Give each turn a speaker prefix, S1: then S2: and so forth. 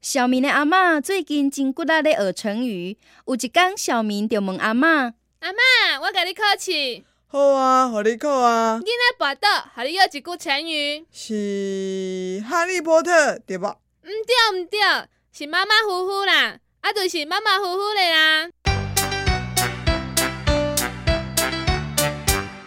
S1: 小明的阿嬷最近真骨力咧学成语，有一天小明就问阿嬷：
S2: 啊，我甲你考试，囡
S3: 好啊，互你考啊，
S2: 仔跋倒，互你约一句成语。
S3: 是哈利波特对吧？
S2: 毋对毋对，是马马虎虎啦，啊，就是马马虎虎的啦。